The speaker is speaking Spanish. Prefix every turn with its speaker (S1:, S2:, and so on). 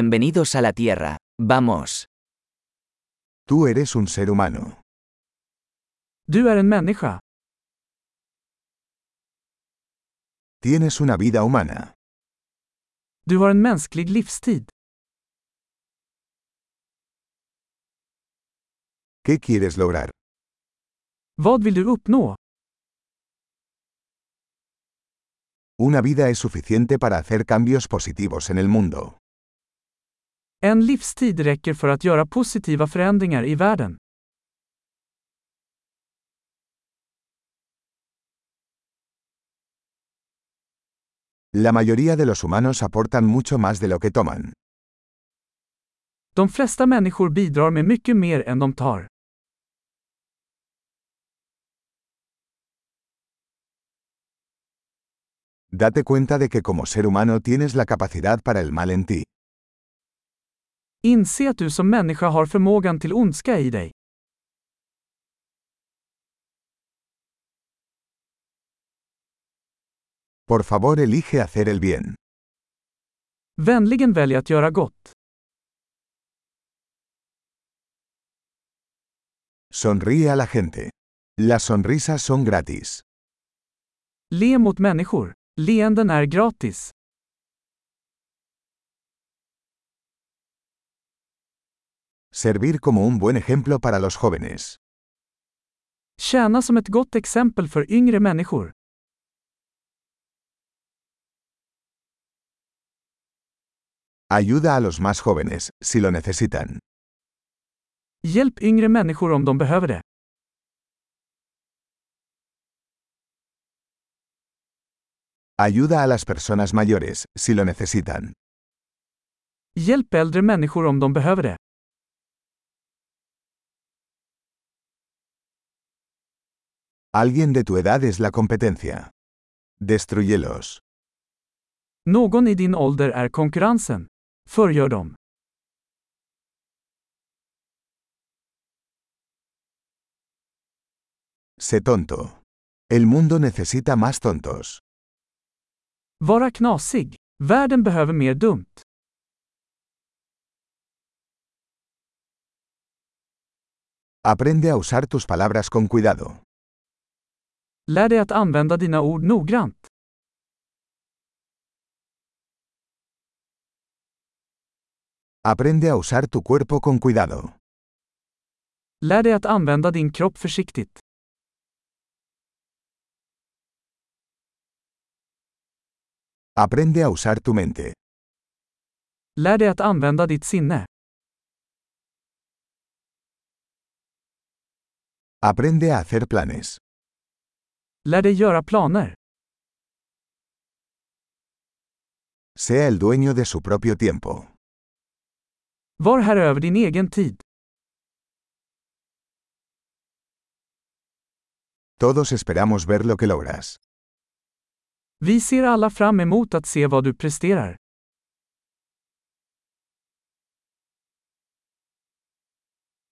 S1: Bienvenidos a la Tierra. Vamos.
S2: Tú eres un ser humano.
S3: Du är en människa.
S2: Tienes una vida humana.
S3: Du har en mänsklig livstid.
S2: ¿Qué quieres lograr?
S3: Vad vill du uppnå?
S2: Una vida es suficiente para hacer cambios positivos en el mundo.
S3: En livstid räcker för att göra positiva förändringar i världen.
S2: La mayoría de los humanos aportan mucho más de lo que toman.
S3: De flesta människor bidrar med mycket mer än de tar.
S2: Date cuenta de que como ser humano tienes la capacidad para el mal en ti.
S3: Inse att du som människa har förmågan till ondska i dig.
S2: Por favor, elige hacer el bien.
S3: Vänligen välj att göra gott.
S2: Sonríe a la gente. Las sonrisas son gratis.
S3: Le mot människor. Leenden är gratis.
S2: Servir como un buen ejemplo para los jóvenes.
S3: Tjäna som ett gott exempel för yngre människor.
S2: Ayuda a los más jóvenes, si lo necesitan.
S3: Hjälp yngre människor om de behöver det.
S2: Ayuda a las personas mayores, si lo necesitan.
S3: Hjälp äldre människor om de behöver det.
S2: Alguien de tu edad es la competencia. Destruyelos.
S3: Någon i din ålder är konkurrensen. Förgör dem.
S2: Sé tonto. El mundo necesita más tontos.
S3: Vara knasig. Världen behöver mer dumt.
S2: Aprende a usar tus palabras con cuidado.
S3: Lär dig att använda dina ord noggrant.
S2: Aprende a usar tu cuerpo con cuidado.
S3: Lär dig att använda din kropp försiktigt.
S2: Aprende a usar tu mente.
S3: Lär dig att använda ditt sinne.
S2: Aprende a hacer planes.
S3: Lär dig göra planer.
S2: Sea el dueño de su propio tiempo.
S3: Var här över din egen tid.
S2: Todos esperamos ver lo que logras.
S3: Vi ser alla fram emot att se vad du presterar.